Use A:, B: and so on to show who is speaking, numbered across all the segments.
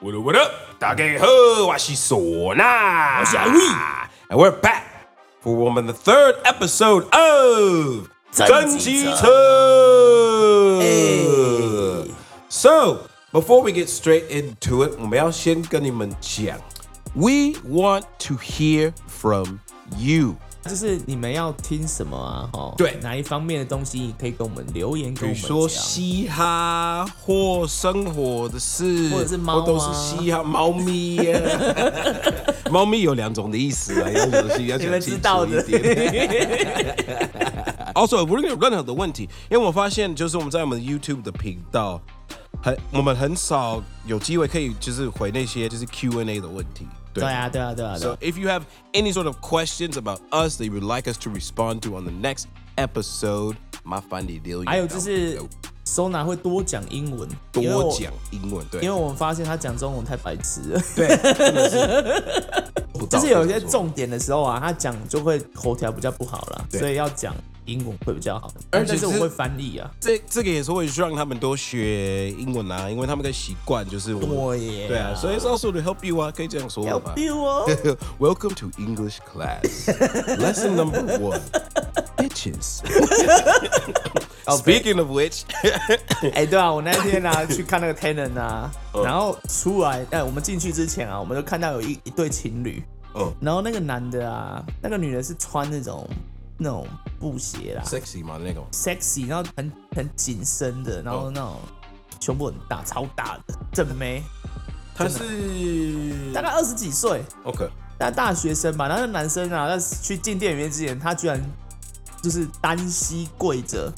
A: What up? What up? 大家好，我是唢呐，
B: 我是阿威
A: ，and we're back for 我们的 third episode of
B: 真机车
A: 车。
B: 哎
A: So before we get straight into it，我们要先跟你们讲，we want to hear from you。
B: 就是你们要听什么啊？哈，
A: 对
B: 哪一方面的东西可以跟我们留言，
A: 比
B: 跟我
A: 如
B: 们
A: 说
B: 讲
A: 嘻哈或生活的事，
B: 或者是猫啊
A: 都是嘻哈猫咪 耶。猫咪有两种的意思啊，要有要
B: 你
A: 讲
B: 们
A: 清
B: 知
A: 楚
B: 道
A: 一
B: 的。
A: 点。also，无论有任何的问题，因为我发现就是我们在我们的 YouTube 的频道，很我们很少有机会可以就是回那些就是 Q&A 的问题。
B: 对啊，对啊，对啊，对
A: So
B: 啊。
A: if you have any sort of questions about us that you would like us to respond to on the next episode，麻烦你留言。
B: 还有就是，Sona 会多讲英文，因为
A: 多
B: 我，
A: 讲英文，对，
B: 因为我们发现他讲中文太白痴了。
A: 对，真的是不知
B: 就
A: 道
B: 是有一些
A: 怎么说
B: 重点的时候啊，他讲就会口条比较不好啦，
A: 对
B: 所以要讲英文会比较好。
A: 而且
B: 但是我
A: 是
B: 会翻译啊。
A: 这这个也是会让他们多学英文啊，因为他们的习惯就是我们
B: 对耶
A: 对啊，所以 it's also to help you 啊，可以这样说
B: 要
A: 吧。
B: 丢哦，
A: Welcome to English class. Lesson number one. Bitches. Speaking of which,
B: 哎，对啊，我那 天啊去看那个 Tenant 啊，
A: 嗯
B: 然后出来，哎，我们进去之前啊，我们就看到有一一对情侣，
A: 嗯
B: 然后那个男的啊，那个女的是穿那种那种布鞋啦
A: ，sexy 嘛那个嘛，
B: ，sexy，然后很很紧身的，然后那种胸部很大，超大的正妹，
A: 他是
B: 大概二十几岁，
A: OK，
B: 大大学生吧，然后那男生啊，在去进店里面之前，他居然就是单膝跪着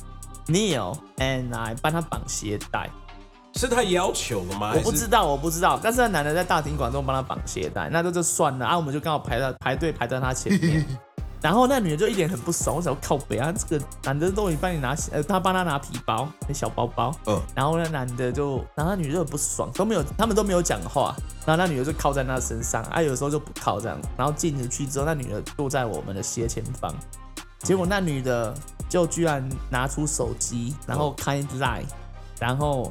B: ，kneel and I 帮他绑鞋带。
A: 是他要求的吗？还
B: 我不
A: 是
B: 知道，我不知道。但是那男的在大庭广众帮他绑鞋带，那这就算了啊，我们就刚好排到排队排到他前 面。然后那女的就一脸很不爽，我想说靠北啊，这个男的都已经帮你拿鞋，呃，他帮他拿皮包、那小包包，
A: 嗯
B: 然后那男的就，然后那女的就很不爽，都没有，他们都没有讲话，然后那女的就靠在他身上，啊，有时候就不靠这样，然后进去之后，那女的坐在我们的斜前方，结果那女的就居然拿出手机，然后开 Line，然后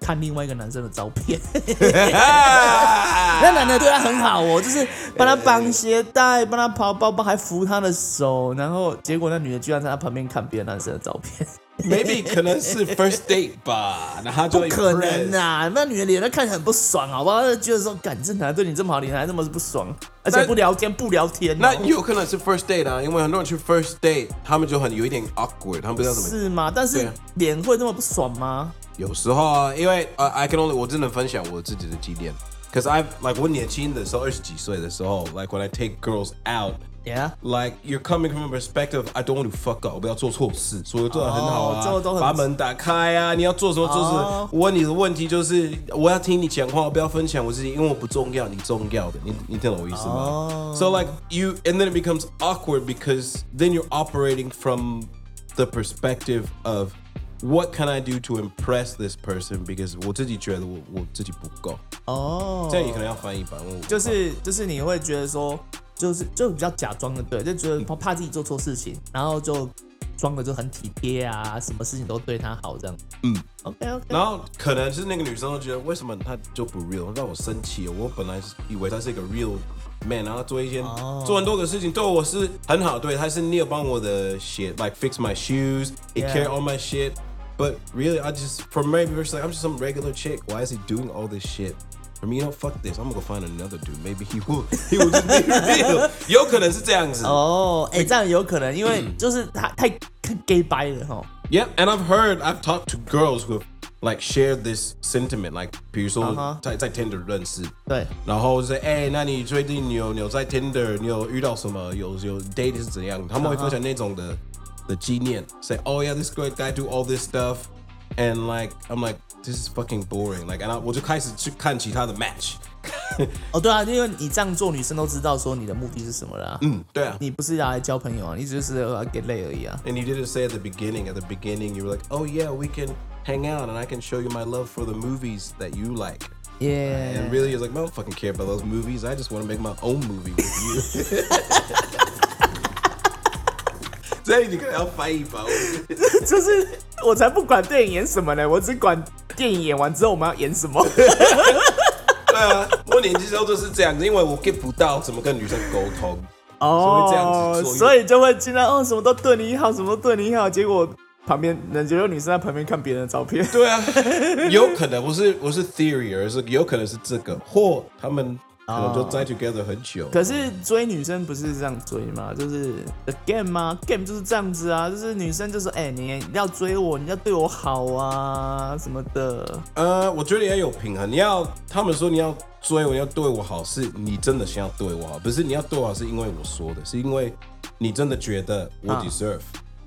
B: 看另外一个男生的照片， 哎那男的对他很好哦，就是帮他绑鞋带，帮他跑包包，还扶他的手，然后结果那女的居然在他旁边看别的男生的照片。
A: maybe 可能是 first date 吧，然后他就
B: 不可
A: impressed
B: 能啊！那女的脸都看起来很不爽，好不好？她就觉得说，感这男的对你这么好，你还这么不爽，而且不聊天，不聊天哦、
A: 那有可能是 first date 啊，因为很多人去 first date，他们就很有一点 awkward，他们不知道怎么。
B: 是吗？但
A: 对
B: 是
A: 啊
B: 脸会这么不爽吗？
A: 有时候啊，因为呃、i can only 我只能分享我自己的经验。Cause I like 我年轻的时候，二十几岁的时候，like when I take girls out。
B: Yeah，
A: Like you're coming from a perspective, I don't want to fuck up，我不要做错事，所以我做的很好啊
B: 哦做得都很
A: 把门打开啊，你要做什么做什么。
B: 哦
A: 我问你的问题就是，我要听你讲话，我不要分享我自己，因为我不重要，你重要的，你你懂我意思吗、
B: 哦
A: So like you, and then it becomes awkward because then you're operating from the perspective of what can I do to impress this person because 我自己觉得我我自己不够，
B: 哦，
A: 这样也可能要翻译版，因为我
B: 就是就是你会觉得说，就是就比较假装的对，就觉得怕怕自己做错事情，然后就装的就很体贴啊，什么事情都对他好这样。嗯，OK OK。
A: 然后可能是那个女生就觉得为什么她就不 real，让我生气。我本来是以为她是一个 real man，然后做一些、做很多的事情，对我是很好，对她是 Neil 帮我的 shit，like fix my shoes，it
B: Yeah.
A: care all my shit。But really, I just for maybe it's like I'm just some regular chick. Why is he doing all this shit? For me, you know, fuck this. I'm gonna go find another dude. Maybe he will. He will just be real. 有可能是这样子。
B: 哦，哎、这样有可能，因为就是他太太 gay 掰了哈。
A: Yep, and I've heard I've talked to girls who have like shared this sentiment, like 比如说
B: 哈
A: 在在 Tinder 认识，
B: 对，
A: 然后是哎、那你最近你有你有在 Tinder 你有遇到什么有有 uh, date 是怎样？他们会分享那种的的经验，say oh yeah this guy guy do all this stuff, and like I'm like this is fucking boring, like and I, 我就开始去看其他的 match，
B: 哦，对啊，因为你这样做，女生都知道说你的目的是什么了啊。
A: 嗯，对啊。
B: 你不是要来交朋友啊，你只是要 get 累而已啊。
A: And you didn't say at the beginning. At the beginning, you were like, "Oh yeah, we can hang out, and I can show you my love for the movies that you like."
B: Yeah，
A: And really, it's like, I don't fucking care about those movies. I just want to make my own movie with you. 所以你可能要翻译吧。我
B: 就是 我才不管电影演什么呢，我只管电影演完之后我们要演什么。
A: 啊，我年纪时候就是这样子，因为我 get 不到怎么跟女生沟通。所以这样子
B: 哦
A: 做，
B: 所以就会经常哦，什么都对你好，什么都对你好，结果旁边呃人觉得女生在旁边看别人的照 片，
A: 对啊，有可能不是不是 theory，而是有可能是这个，或他们可能就在 together 很久。
B: 可是追女生不是这样追吗？就是 the game 吗？game 就是这样子啊，就是女生就说，哎、你要追我，你要对我好啊什么的。
A: 呃，我觉得要有平衡。你要他们说你要追我，你要对我好，是你真的想要对我好，不是你要对我好是因为我说的，是因为你真的觉得我
B: 啊
A: deserve，、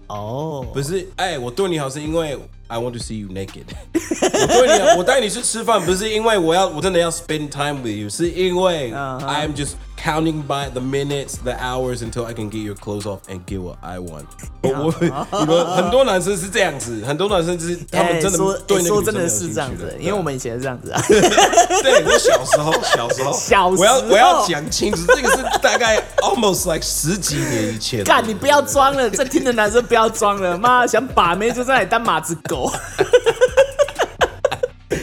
B: 哦，
A: 不是哎、我对你好是因为 I want to see you naked。我对你好，我带你去吃饭，不是因为我要我真的要 spend time with you，是因为
B: 嗯哼
A: I'm just counting by the minutes, the hours until I can get your clothes off and get what I want。我 你们很多男生是这样子，很多男生是他们真的
B: 哎说
A: 对
B: 哎
A: 那个
B: 说
A: 女生
B: 真
A: 没有
B: 的
A: 兴
B: 是
A: 趣
B: 这样子，因
A: 对
B: 为
A: 啊
B: 我们以前是这样子啊。
A: 对，我小时候，小时候，
B: 小时候
A: 我要我要讲清楚，这个是大概 almost like 十几年以前。
B: 干，你不要装了，在听的男生不要装了，妈想把妹就在那里当马子狗。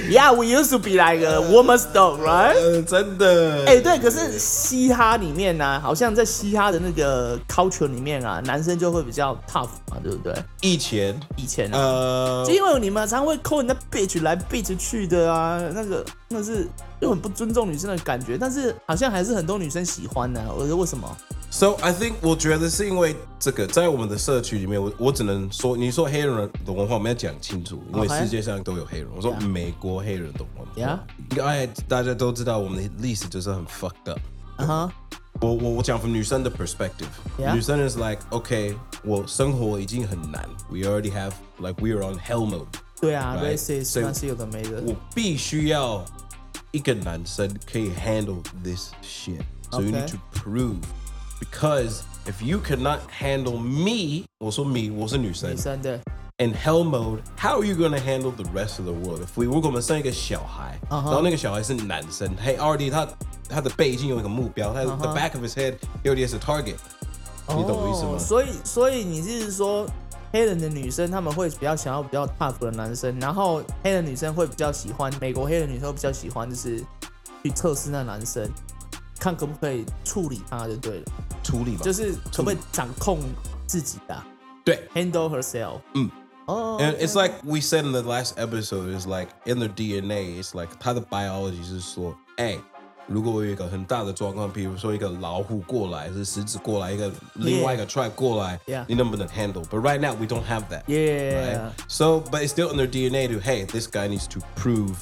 B: Yeah, we used to be like a woman's dog, right?
A: 呃，真的。
B: 哎、对，可是嘻哈里面呢、好像在嘻哈的那个 culture 里面啊，男生就会比较 tough 嘛，对不对？
A: 以前，
B: 以前啊，
A: 呃
B: 就，因为你们常会扣人家 bitch 来 bitch 去的啊，那个那是就很不尊重女生的感觉，但是好像还是很多女生喜欢呢、我说为什么？
A: So I think 我觉得是因为这个，在我们的社区里面，我我只能说，你说黑人的文化，我们要讲清楚，因为
B: OK
A: 世界上都有黑人。我说
B: Yeah
A: 美国黑人的文化
B: Yeah
A: 应该大家都知道，我们的历史就是很 fucked up。
B: 啊哈，
A: 我我我讲 from 女生的 perspective，、
B: Uh-huh。 Yeah.
A: 女生 is like okay，我生活已经很难，we already have like we are on hell mode，
B: 对啊
A: Right，
B: ，racist
A: 所以
B: 那是有的没的。
A: 我必须要一个男生可以 handle this shit，so you need
B: Okay.
A: to prove because if you cannot handle me，我说 me 我是女生
B: 女生对，
A: ，in hell mode，how are you gonna handle the rest of the world？If we 如果我们生一个小孩
B: 嗯哼
A: 然后那个小孩是男生，他 already 他他的背已经有一个目标，他、the
B: Uh-huh。
A: back of his head he already has a target。你懂我意思吗
B: 哦所以，所以你是说黑人的女生他们会比较想要比较 tough 的男生，然后黑人女生会比较喜欢美国黑人女生会比较喜欢就是去测试那男生，看可不可以处理他就对了，
A: 处理吧，
B: 就是可不可以掌控自己啊
A: 对。
B: ，handle herself。
A: 嗯。
B: 哦、
A: And it's like we said in the last episode, it's like in their DNA, it's like 它的 biology 是说，哎、如果我有一个很大的状况，比如说一个老虎过来，是狮子过来，一个另外一个 tribe 过来
B: Yeah.
A: 你能不能 handle? But right now we don't have that.
B: Yeah.
A: right? So, but it's still in their DNA to, hey, this guy needs to prove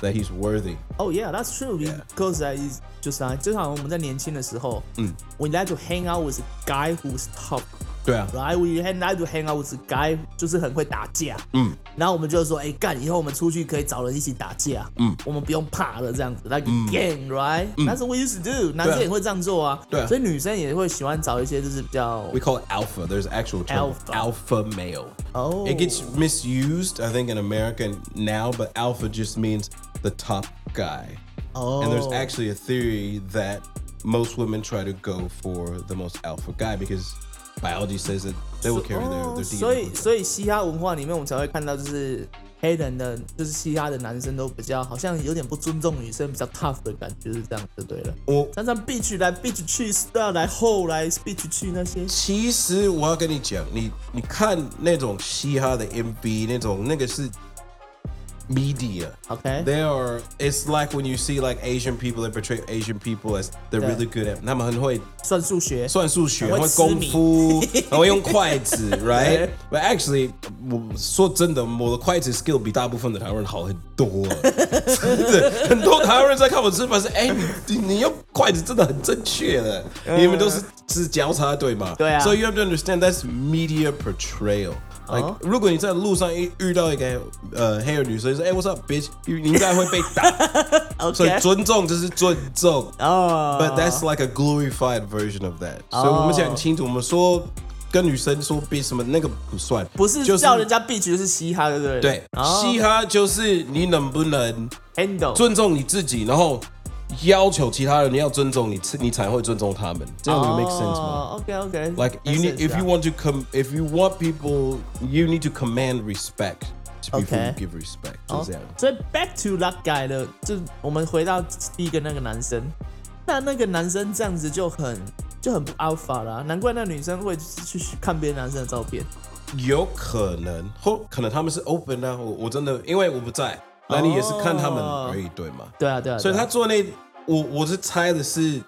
A: that he's worthy.
B: Oh yeah, that's true. Because I is 就是啊，就好像我们在年轻的时候，嗯，we like to hang out with a guy who's tough.
A: 对啊，
B: 来，我 hang out to hang out with a guy，就是很会打架。嗯，然后我们就说，哎、干，以后我们出去可以找人一起打架。嗯，我们不用怕了，这样子，like
A: 嗯
B: a gang，right？、That's what we used to do。男生也会这样做啊。
A: 对啊
B: 所以女生也会喜欢找一些就是比较
A: we call it alpha. There's actual term
B: Alpha.
A: alpha male.
B: Oh.
A: it gets misused, I think, in America now. But alpha just means the top guy.
B: Oh.
A: and there's actually a theory that most women try to go for the most alpha guy because biology says that they will carry their
B: 哦
A: their
B: 所
A: DNA.
B: 以，
A: with them.
B: 所以嘻哈文化里面，我们才会看到，就是黑人的，就是嘻哈的男生都比较好像有点不尊重女生，比较 tough 的感觉，是这样就对了。
A: 我
B: 常常 bitch 来 bitch 去，star 来后来 bitch 去那些。
A: 其实我要跟你讲，你你看那种嘻哈的 MV，那种那个是 media。
B: OK。
A: They are. It's like when you see like Asian people, they portray Asian people as they're
B: 对
A: really good at. 他们很会
B: 算数学，
A: 算数学，
B: 很
A: 很
B: 会
A: 会
B: 吃
A: 功
B: 米
A: 夫，很会用筷子
B: 对
A: ，right？But actually，我说真的，我的筷子 skill 比大部分的台湾人好很多，啊 真的，很多台湾人在看我吃饭是，哎、你你你用筷子真的很正确的，你们都是是交叉对吗？
B: 嗯对啊
A: So you have to understand that's media portrayal. Like，、
B: 哦
A: 如果你在路上遇遇到一个呃黑人女生，说，哎、w h a t s up, bitch？你你应该会被 打，
B: OK，
A: 所以尊重就是尊重。
B: 哦
A: But that's like a glorified version of that. 所以
B: 哦
A: 我们讲清楚，我们说跟女生说 bitch 什么那个不算，
B: 不是
A: 就是
B: 叫人家 bitch 就是嘻哈，对不对？
A: 对
B: 哦
A: 嘻哈就是你能不能
B: handle
A: 尊重你自己，然后要求其他人你要尊重你，你才会尊重他们，这样有 make sense 吗？
B: ？OK OK。
A: Like you need if you want to come if you want people you need to command respect. watch before you
B: Okay. Oh.
A: give respect，
B: 好
A: 就这样。
B: 啊哦所以 back to that guy 的，就我们回到第一个那个男生，那那个男生这样子就很就很不 alpha 啦、难怪那女生会去去看别的男生的照片。
A: 有可能，或可能他们是 open 啊，我我真的因为我不在，那你也是看他们而已，对吗？
B: 对啊，对啊，对啊
A: 所以他做那，我我是猜的是，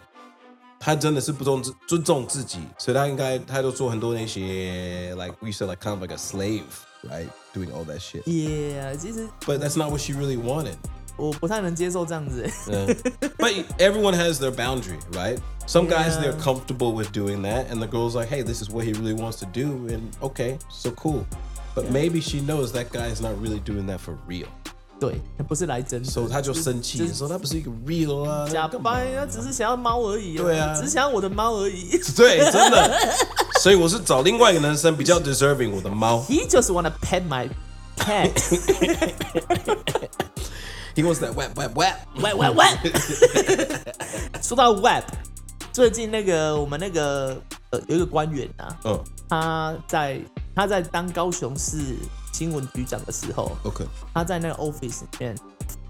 A: 他真的是不重自尊重自己，所以他应该他都做很多那些 like we said like kind of like a slave right doing all that shit，but
B: Yeah，其实
A: that's not what she really wanted
B: 我不太能接受这 样子、
A: Yeah. but everyone has their boundary, right? Some guys
B: Yeah.
A: they're comfortable with doing that, and the girl's like, "Hey, this is what he really wants to do," and okay, so cool. But maybe she knows that guy's not really doing that for real.
B: 对，不是来真的。
A: So 他就生气，
B: just-
A: so 他不是一个 real 啊，
B: 假
A: 干嘛？
B: 掰，他只是想要猫而已。
A: 对啊
B: 只是想要我的猫而已。
A: 对，真的。所以我是找另外一个男生比较 deserving
B: He just wanna pet my pet.
A: He wants that whap whap whap.
B: Wet wet wet。说到 web，最近那个我们那个呃有一个官员啊，
A: 嗯
B: 他在他在当高雄市新闻局长的时候，
A: ，OK，
B: 他在那个 office 里面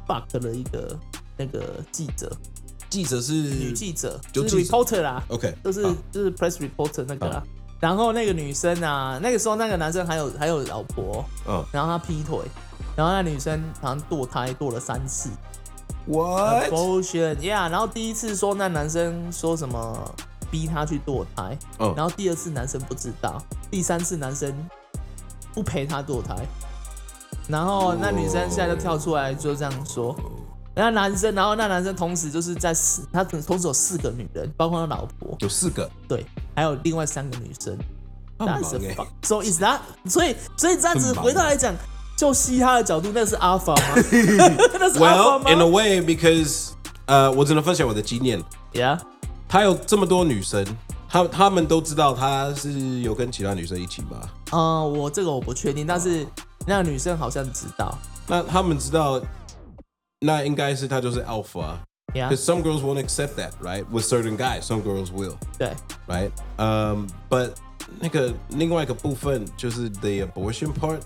B: fuck 了一个那个记者，
A: 记者是
B: 女记者，
A: 嗯就
B: 就是
A: 记者
B: reporter 啦。
A: OK，啊
B: 就是
A: 好
B: 就是 press reporter 那个啦。然后那个女生啊，那个时候那个男生还有还有老婆，
A: 嗯
B: 然后他劈腿，然后那女生好像堕胎堕了三次。
A: ，What？
B: Bullshit，yeah。然后第一次说那男生说什么逼她去堕胎，
A: 嗯
B: 然后第二次男生不知道，第三次男生不陪她堕胎，然后那女生现在就跳出来就这样说。
A: 哦
B: 那男生，然后那男生同时就是在四，他同时有四个女人，包括他老婆，
A: 有四个，
B: 对，还有另外三个女生。
A: 很忙
B: That's a
A: 欸
B: fuck. So is that？所以所以这样子
A: 很忙啊
B: 回到来讲，就嘻哈的角度，那是 alpha 吗？ 那是 alpha
A: Well, in a
B: 吗
A: way, because uh, 呃，我只能分享我的经验。
B: ？Yeah，
A: 他有这么多女生，他他们都知道他是有跟其他女生一起吧？
B: 嗯，我这个我不确定，但是那个女生好像知道。
A: 那他们知道，那应该是他就是 alpha。
B: Yeah，
A: Because some girls won't accept that, right? With certain guys, some girls will,
B: 对
A: right? Um, but 那个另外一个部分就是 the abortion part,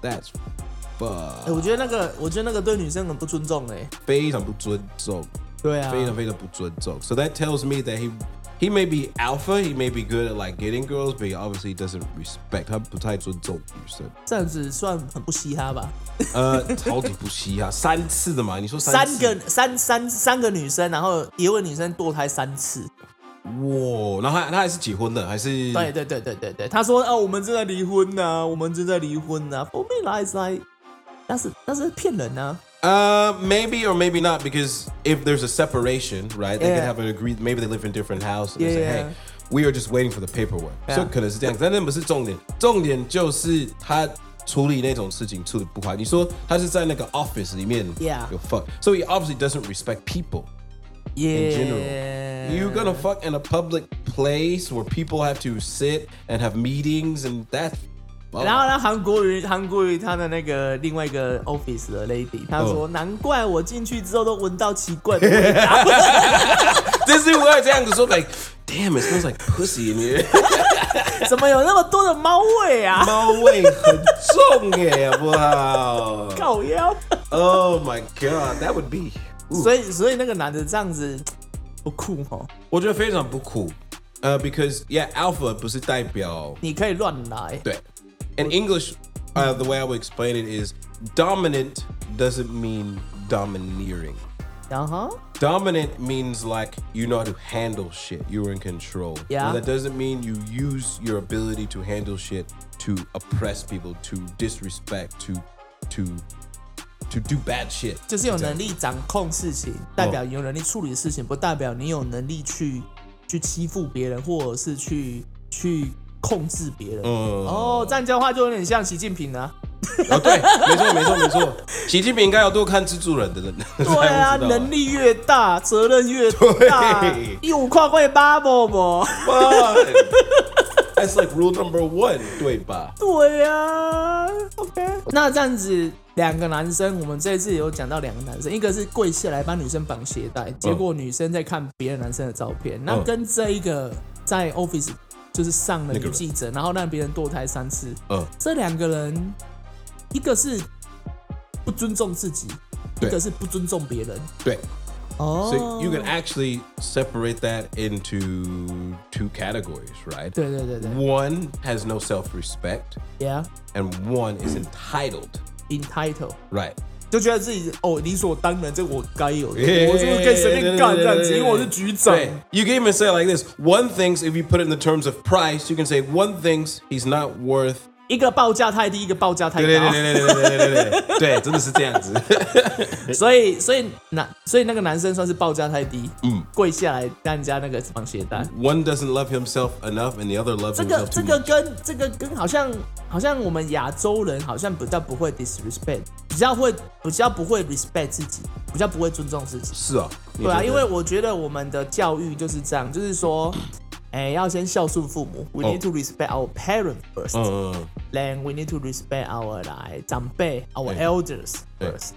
A: that's
B: 哎
A: fuck
B: 我觉得那个，我觉得那个对女生很不尊重哎、
A: 非常不尊重。
B: 对啊，
A: 非常非常不尊重. So that tells me that he he may be alpha, he may be good at like getting girls, but he obviously doesn't respect. 他不太尊重女生。
B: 这样子算很不嘻哈吧？
A: 呃，超级不稀啊，三次的嘛？你说
B: 三
A: 次
B: 个三三三个女生，然后一位女生堕胎三次。
A: 哇？然后他他还是结婚的，还是
B: 对对对对对对，他说哦，我们正在离婚呐、我们正在离婚呐、For me, i s like，但是但是骗人啊呐、
A: Uh, maybe or maybe not because if there's a separation, right? They can
B: Yeah.
A: have an agreed. Maybe they live in different houses. and
B: Yeah,
A: say,
B: yeah.
A: hey, we are just waiting for the paperwork.
B: Yeah.
A: So 可能是这样，但那不是重点，重点就是他处理那种事情处理不好。你说他是在那个 office 里面
B: Yeah.
A: 有 fuck, so he obviously doesn't respect people.
B: Yeah,
A: general. You're gonna fuck in a public place where people have to sit and have meetings and that's.
B: 然后呢，韩国瑜，韩国瑜他的那个另外一个 office 的 lady，他
A: 哦
B: 说：“难怪我进去之后都闻到奇怪的味道。
A: this is why 这样子说 like, damn, it smells like pussy in here.
B: 怎么有那么多的猫味啊？
A: 猫味很重耶，好不好
B: 靠腰。
A: ？Oh my god, that would be，
B: 所以，所以那个男的这样子不酷哦，
A: 我觉得非常不酷。呃、b e c a u s e yeah, alpha 不是代表
B: 你可以乱来。
A: 对。In English, uh, the way I would explain it is dominant doesn't mean domineering.
B: 然后
A: Dominant means like you know how to handle shit. You're in control.
B: Yeah.
A: And that doesn't mean you use your ability to handle shit to oppress people, to disrespect, to to to do bad shit.
B: 就是有能力掌控事情，
A: 哦
B: 代表有能力处理事情，不代表你有能力去去欺负别人，或者是去去控制别人。
A: 嗯
B: 哦，这样的话就有点像习近平啊。
A: 哦，对，没错，没错，没错。习近平应该要多看蜘蛛人的人，
B: 对啊，
A: 才会知道
B: 能力越大，责任越大
A: 对。
B: 第五块会 bubble 吗？
A: Fun. That's like rule number one，对吧？
B: 对啊，OK。那这样子，两个男生，我们这次有讲到两个男生，一个是跪下来帮女生绑鞋带，结果女生在看别的男生的照片，那
A: 嗯
B: 跟这一个在 office 就是上
A: 那
B: 了
A: 个
B: 女
A: 人
B: 记者，然后让别人堕胎三次，
A: 嗯
B: 这两个人，一个是不尊重自己，一
A: 对
B: 个是不尊重别人。
A: 对。
B: 哦
A: So you can actually separate that into two categories, right?
B: 对对对对
A: One has no self respect,
B: ，Yeah，entitle
A: and one is entitled, right?
B: 就觉得自己哦理所当然，这我该有的，
A: Yeah,
B: 我就是可以随便干这样
A: 对对对对
B: 子，
A: 对
B: 因为我是局长。
A: Right. You can even say it like this one thing's, if you put it in the terms of price, you can say one thing's he's not worth.
B: 一个报价太低，一个报价太高，
A: 对对对对对对对对对，对，真的是这样子。
B: 所以所以男所以那个男生算是报价太低，嗯，跪下来让人家那个绑鞋带。
A: One doesn't love himself enough, and the other loves
B: 这个
A: himself
B: 这
A: too
B: 个
A: much.
B: 跟这个跟好像好像我们亚洲人好像比较不会 disrespect，比较会比较不会 respect 自己，比较不会尊重自己。
A: 是哦，
B: 对啊，
A: 你觉得？
B: 因为我觉得我们的教育就是这样，就是说，哎、要先孝顺父母，we
A: 哦
B: need to respect our parents first，、
A: 嗯，嗯，嗯。
B: then we need to respect our 来长辈，our
A: 对
B: elders
A: 对
B: first。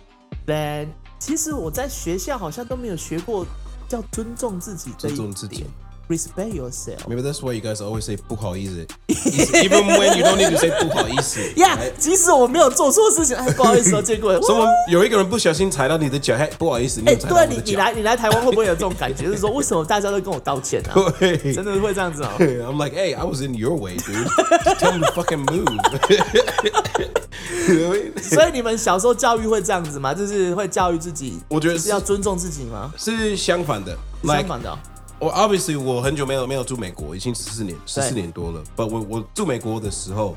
B: then 其实我在学校好像都没有学过叫尊重自己这一
A: 尊
B: 点
A: 重自己
B: ，respect yourself。
A: Maybe that's why you guys always say 不好意思 even when you don't need to say 不好意思。
B: 呀、即使我没有做错事情，哎， 不好意思哦，结果
A: Someone 有一个人不小心踩到你的脚，嘿，不好意思，你
B: 哎、
A: 有踩
B: 对
A: 到
B: 啊，
A: 我的
B: 你你
A: 脚。
B: 来你来台湾会不会有这种感觉？ 就是说，为什么大家都跟我道歉 啊？
A: 对。
B: 真的会这样子哦、
A: I'm like, hey, I was in your way, dude. Just tell me to fucking move. You know what I mean?
B: 所以你们小时候教育会这样子吗？就是会教育自己，
A: 我觉得
B: 就是要尊重自己吗？
A: 是相反的。
B: 相
A: Like
B: 反的哦、
A: 我 obviously 我很久没有没有住美国，已经十四年十四年多了。But 我我住美国的时候，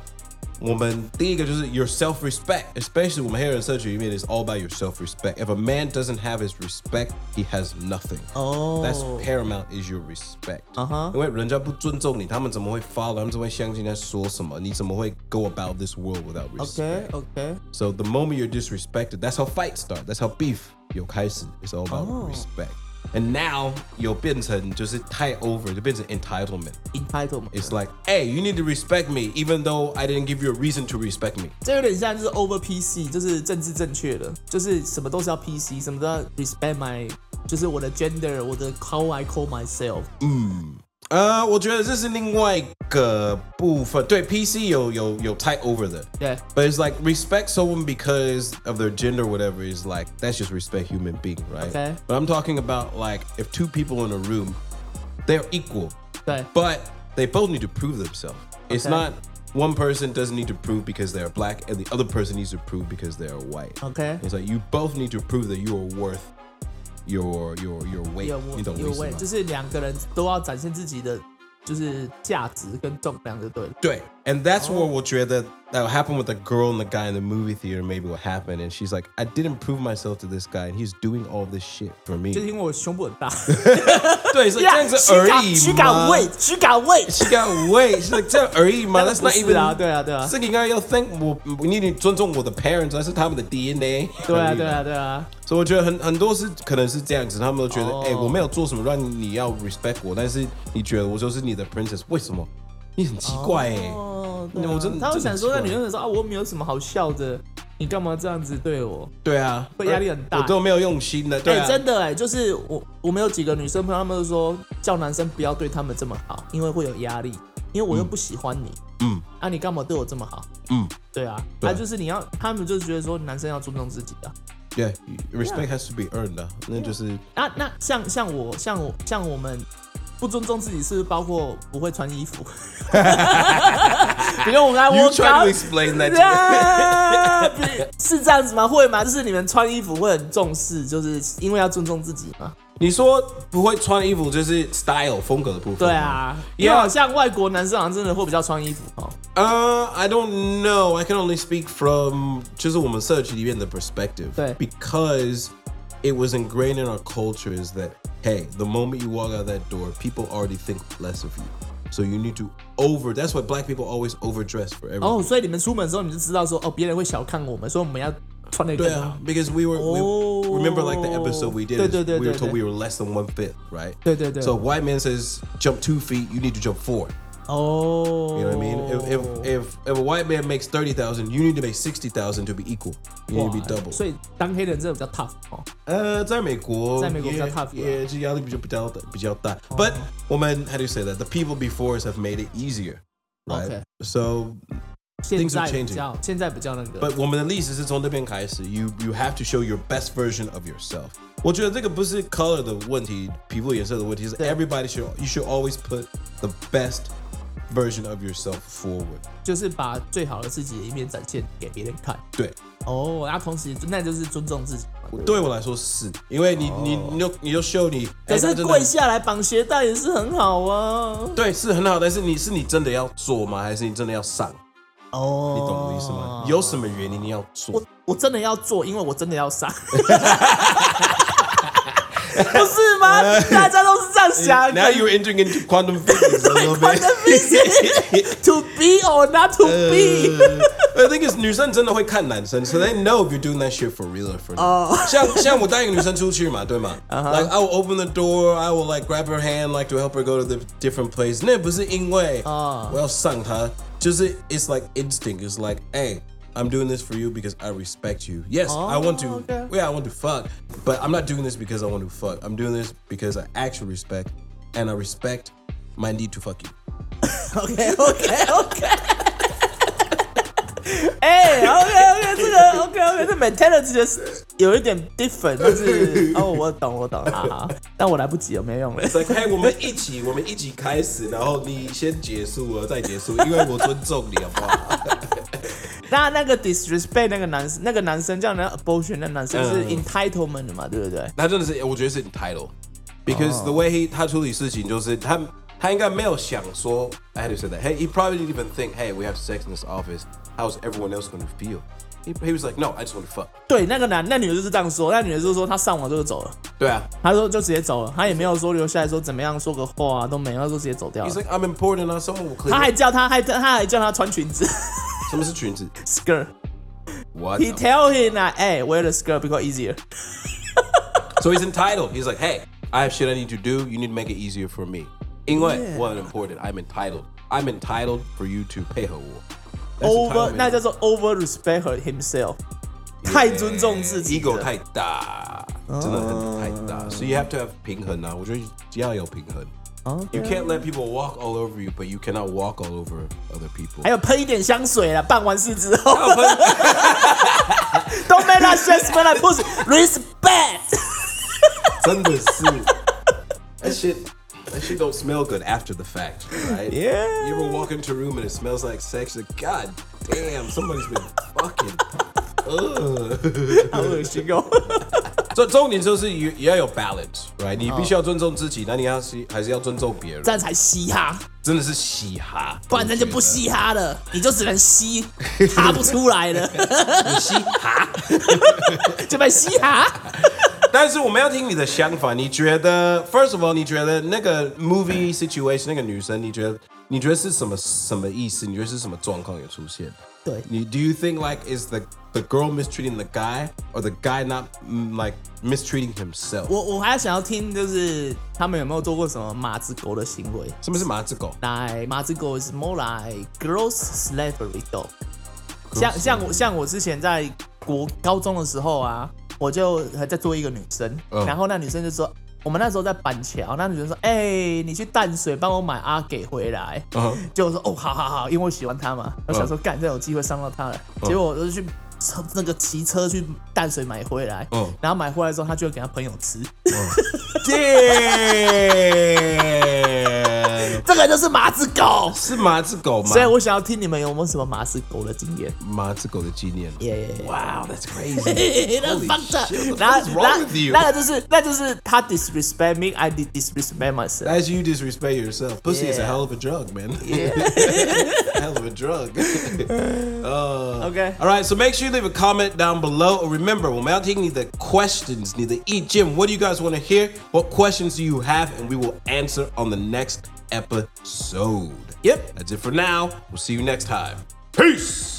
A: 我们第一个就是 your self respect，especially 我们黑人社区里面 is all about your self respect. If a man doesn't have his respect, he has nothing.
B: 哦
A: That's paramount is your respect.
B: 嗯哼
A: 因为人家不尊重你，他们怎么会 follow？他们怎么会相信在说什么？你怎么会 go about this world without respect？
B: OK OK，
A: So the moment you're disrespected, that's how fights start. That's how beef 有开始. It's all about
B: Oh.
A: respect. And now 有变成就是太 over 就变成 entitlement.
B: entitlement，
A: It's like, hey, you need to respect me, even though I didn't give you a reason to respect me.
B: 这有点像就是 over PC，就是政治正确的，就是什么都是要 PC，什么都要 respect my，就是我的 gender，我的 how I call myself。
A: Uh, 呃，我觉得这是另外一个部分。对 PC 有有有太 over 的。
B: 对
A: But it's like respect someone because of their gender, or whatever. Is like that's just respect human being, right?
B: Okay.
A: But I'm talking about like if two people in a room, they're equal.
B: Okay.
A: But they both need to prove themselves. It's
B: Okay.
A: not one person doesn't need to prove because they're black, and the other person needs to prove because they're white.
B: ，OK，
A: It's like you both need to prove that you are worth your your your weight.
B: 有
A: you
B: 我
A: don't
B: 有位，就是两个人都要展现自己的就是价值跟重量就对了。
A: And that's where we'll dread that that'll happen with the girl and the guy in the movie theater, maybe what happened. And she's like, I didn't prove myself to this guy, and he's doing all this shit for me.
B: 就是因为我胸部很大，
A: 对，it's like, 这样子而已嘛。
B: 虚感位，虚感位，
A: She got weight. She's like, 这样而已嘛，That's not
B: 不是
A: even
B: 啊，对啊，对啊，
A: 这个应该要think我，你得尊重我的 parents，那是他们的 DNA。
B: 对啊，对啊，对啊。
A: 所以我觉得很很多是可能是这样子，他们都觉得，哎、
B: 哦。
A: 我没有做什么让你要 respect 我，但是你觉得我就是你的 princess，为什么？你很奇怪哎、
B: 哦，
A: 那我真的
B: 他会
A: 真的
B: 想
A: 很
B: 说，那
A: 奇怪
B: 女生想说啊，我没有什么好笑的，你干嘛这样子对我？
A: 对啊，
B: 会压力很大
A: 我都没有用心的，对
B: 哎、
A: 啊，
B: 真的哎、就是我我们有几个女生朋友，她们就说叫男生不要对她们这么好，因为会有压力，因为我又不喜欢你，
A: 嗯
B: 啊，你干嘛对我这么好？
A: 嗯，
B: 对啊，
A: 对
B: 啊，就是你要，他们就是觉得说男生要尊重自己啊的。
A: 对，respect has to be earned 啊，那就是
B: 啊，那像像我像我像我们不尊重自己，是不是包括不会穿衣服？ 比如我们 来
A: you
B: 我
A: try to explain that，to me.
B: 啊不是 是这样子吗？会吗？就是你们穿衣服会很重视，就是因为要尊重自己嘛。
A: 你说不会穿衣服就是 style 风格的部分，
B: 对，啊，因为
A: Yeah
B: 好像外国男生好像真的会比较穿衣服哦。
A: 呃，I Uh, don't know，I can only speak from 就是我们社区里面的 perspective，
B: 对
A: ，because it was ingrained in our culture is that hey the moment you walk out that door people already think less of you so you need to over that's why black people always overdress for everything
B: 哦，所以你们出门的时候你就知道说，哦，别人会小看我们，所以我们要穿的更好。
A: because we were we, remember like the episode we did.
B: Oh.
A: is
B: 对，对，对，
A: we were
B: 对，
A: told
B: 对。
A: we were less than one fifth, right?
B: 对，对，对。
A: So white man says jump two feet, you need to jump four.
B: 哦，
A: You know what I mean? If if if, if a white man makes thirty thousand, you need to make sixty thousand to be equal. You need to be
B: 哇
A: double. Uh,
B: 所以当黑人真的比较 tough 哦。
A: 呃，在美国，
B: 在美国比较 tough
A: 也这压力比较比较大比较大。But 我们 how do you say that? The people before us have made it easier, right?
B: Okay.
A: So
B: 现
A: Things
B: 在
A: are
B: 比
A: changing.
B: 较现在比较那个，
A: But 我们的历史是从这边开始，you you have to show your best version of yourself。我觉得这个不是 color 的问题，皮肤颜色的问题，是 everybody should you should always put the best version of yourself forward。
B: 就是把最好的自己的一面展现给别人看。
A: 对，
B: 哦，然后同时那就是尊重自己嘛。
A: 对我来说是，因为你、你你就你就 show 你，
B: 哦可
A: 哎他
B: 是
A: 真的
B: 跪下来绑鞋带也是很好啊。
A: 对是很好，但是你是你真的要做吗？还是你真的要上？
B: 哦，
A: 你懂我的意思吗？有什么原因你要做
B: 我？我真的要做，因为我真的要 上。不是吗？大家都是这样想
A: Now
B: 的。
A: you're entering into quantum physics a little
B: 关
A: bit.
B: 的 to be or not to be，
A: I think is 女生真的会看男生，so they know if you're doing that shit for real or for real。像
B: Oh.
A: 像我带一个女生出去嘛，对吗、Like
B: Uh-huh.
A: I will open the door, I will like grab her hand, like to help her go to the different place. 那不是因为
B: 哦
A: 我要上她，就是 it's like instinct, it's like hey. I'm doing this for you because I respect you. Yes, I want to.
B: Oh, okay.
A: Yeah, I want to fuck, but I'm not doing this because I want to fuck. I'm doing this because I actually respect, and I respect my need to fuck you.
B: OK OK OK，哎，OK OK，这个 OK OK，这 mentality 就是有一点 different，就是哦，我懂我懂，好好，但我来不及了，没 用了。
A: It's like，嘿，我们一起，我们一起开始，然后你先结束了，再结束，因为我尊重你，好不好？
B: 那那个 disrespect 那个男生，那个男生叫人家 abortion，那男生是
A: 嗯
B: entitlement 的嘛，对不对？
A: 他真的是，我觉得是 entitled，because
B: Ah.
A: the way he 他处理事情就是他他应该没有想说，I had to say that，hey he probably didn't even think hey we have sex in this office how's everyone else going to feel he he was like no I just want to fuck
B: 对，那个男那女的就是这样说，那女的就说她上网就走了，
A: 对啊
B: 她说就直接走了，她也没有说留下来说怎么样说个话啊，都没有，她说直接走掉了
A: he's。like I'm important on someone will
B: 他
A: clean
B: 还叫他还他还叫他穿裙子
A: it." 什么是裙子
B: skirt。
A: what
B: He tell him that, hey, wear the skirt because easier.
A: So he's entitled. He's like, hey, I have shit I need to do. You need to make it easier for me. England
B: Yeah.
A: wasn't important. I'm entitled. I'm entitled for you to pay her. war. That's
B: Over，
A: entitlement.
B: 那叫做 over respect her himself，太尊重自己了
A: Ego 太大，真的很太大。So you have to have 平衡啊，我觉得要有平衡。You can't let people walk all over you, but you cannot walk all over other people.
B: 还有喷一点香水啦，办完事之后。Don't make that shit smell like pussy. Respect.
A: 真的是 that shit. That shit don't smell good after the fact, right?
B: Yeah.
A: You ever walk into a room and it smells like sex? Like, God damn, somebody's been fucking.
B: 好恶心 哦。
A: 这重点就是也也要有 balance, right？你必须要尊重自己，那你要是还是要尊重别人
B: 这，样才嘻哈，
A: 真的是嘻哈，
B: 不然人就不嘻哈了，你就只能嘻，哈不出来了，
A: 你嘻哈。
B: 就被嘻哈。
A: 但是我们要听你的想法，你觉得，first of all，你觉得那个 movie situation 那个女生，你觉得你觉得是什么什么意思？你觉得是什么状况有出现？
B: 对
A: 你 do you think like is the the girl mistreating the guy or the guy not mm, like mistreating himself？
B: 我我还想要听，就是他们有没有做过什么马子狗的行为？
A: 什么是马子 狗？
B: 来，马子狗 is more like gross slavery dog。像像我像我之前在国高中的时候啊，我就还在做一个女生，
A: 嗯
B: 然后那女生就说，我们那时候在板桥，那女生说，哎、你去淡水帮我买阿给回来。
A: 嗯
B: 结果我说哦，好好好，因为我喜欢他嘛，我想说干，这有机会伤到他了。
A: 嗯
B: 结果我就去车那个骑车去淡水买回来，
A: 嗯
B: 然后买回来之后，他就会给他朋友 吃，
A: ，damn，
B: 这个就是马子狗。
A: 是马子狗吗
B: 所？以我想要听你们有没有什么马子狗的经 验？
A: 马子狗的纪念。
B: 耶、yeah,
A: Wow, that's
B: 哎
A: crazy.
B: That's
A: Holy
B: fucked up.
A: shit, what the
B: 然后
A: fuck is
B: 那
A: wrong with you?
B: 那个就是那就是他 disrespect me, I did disrespect myself.
A: As you disrespect yourself, pussy is a
B: Yeah.
A: hell of a drug, man. hell of a drug. Uh,
B: Okay.
A: All right, so make sure you leave a comment down below. Or remember, when we're taking the questions, need the E Jim, what do you guys want to hear? What questions do you have? And we will answer on the next episode.
B: Yep.
A: That's it for now. We'll see you next time. Peace.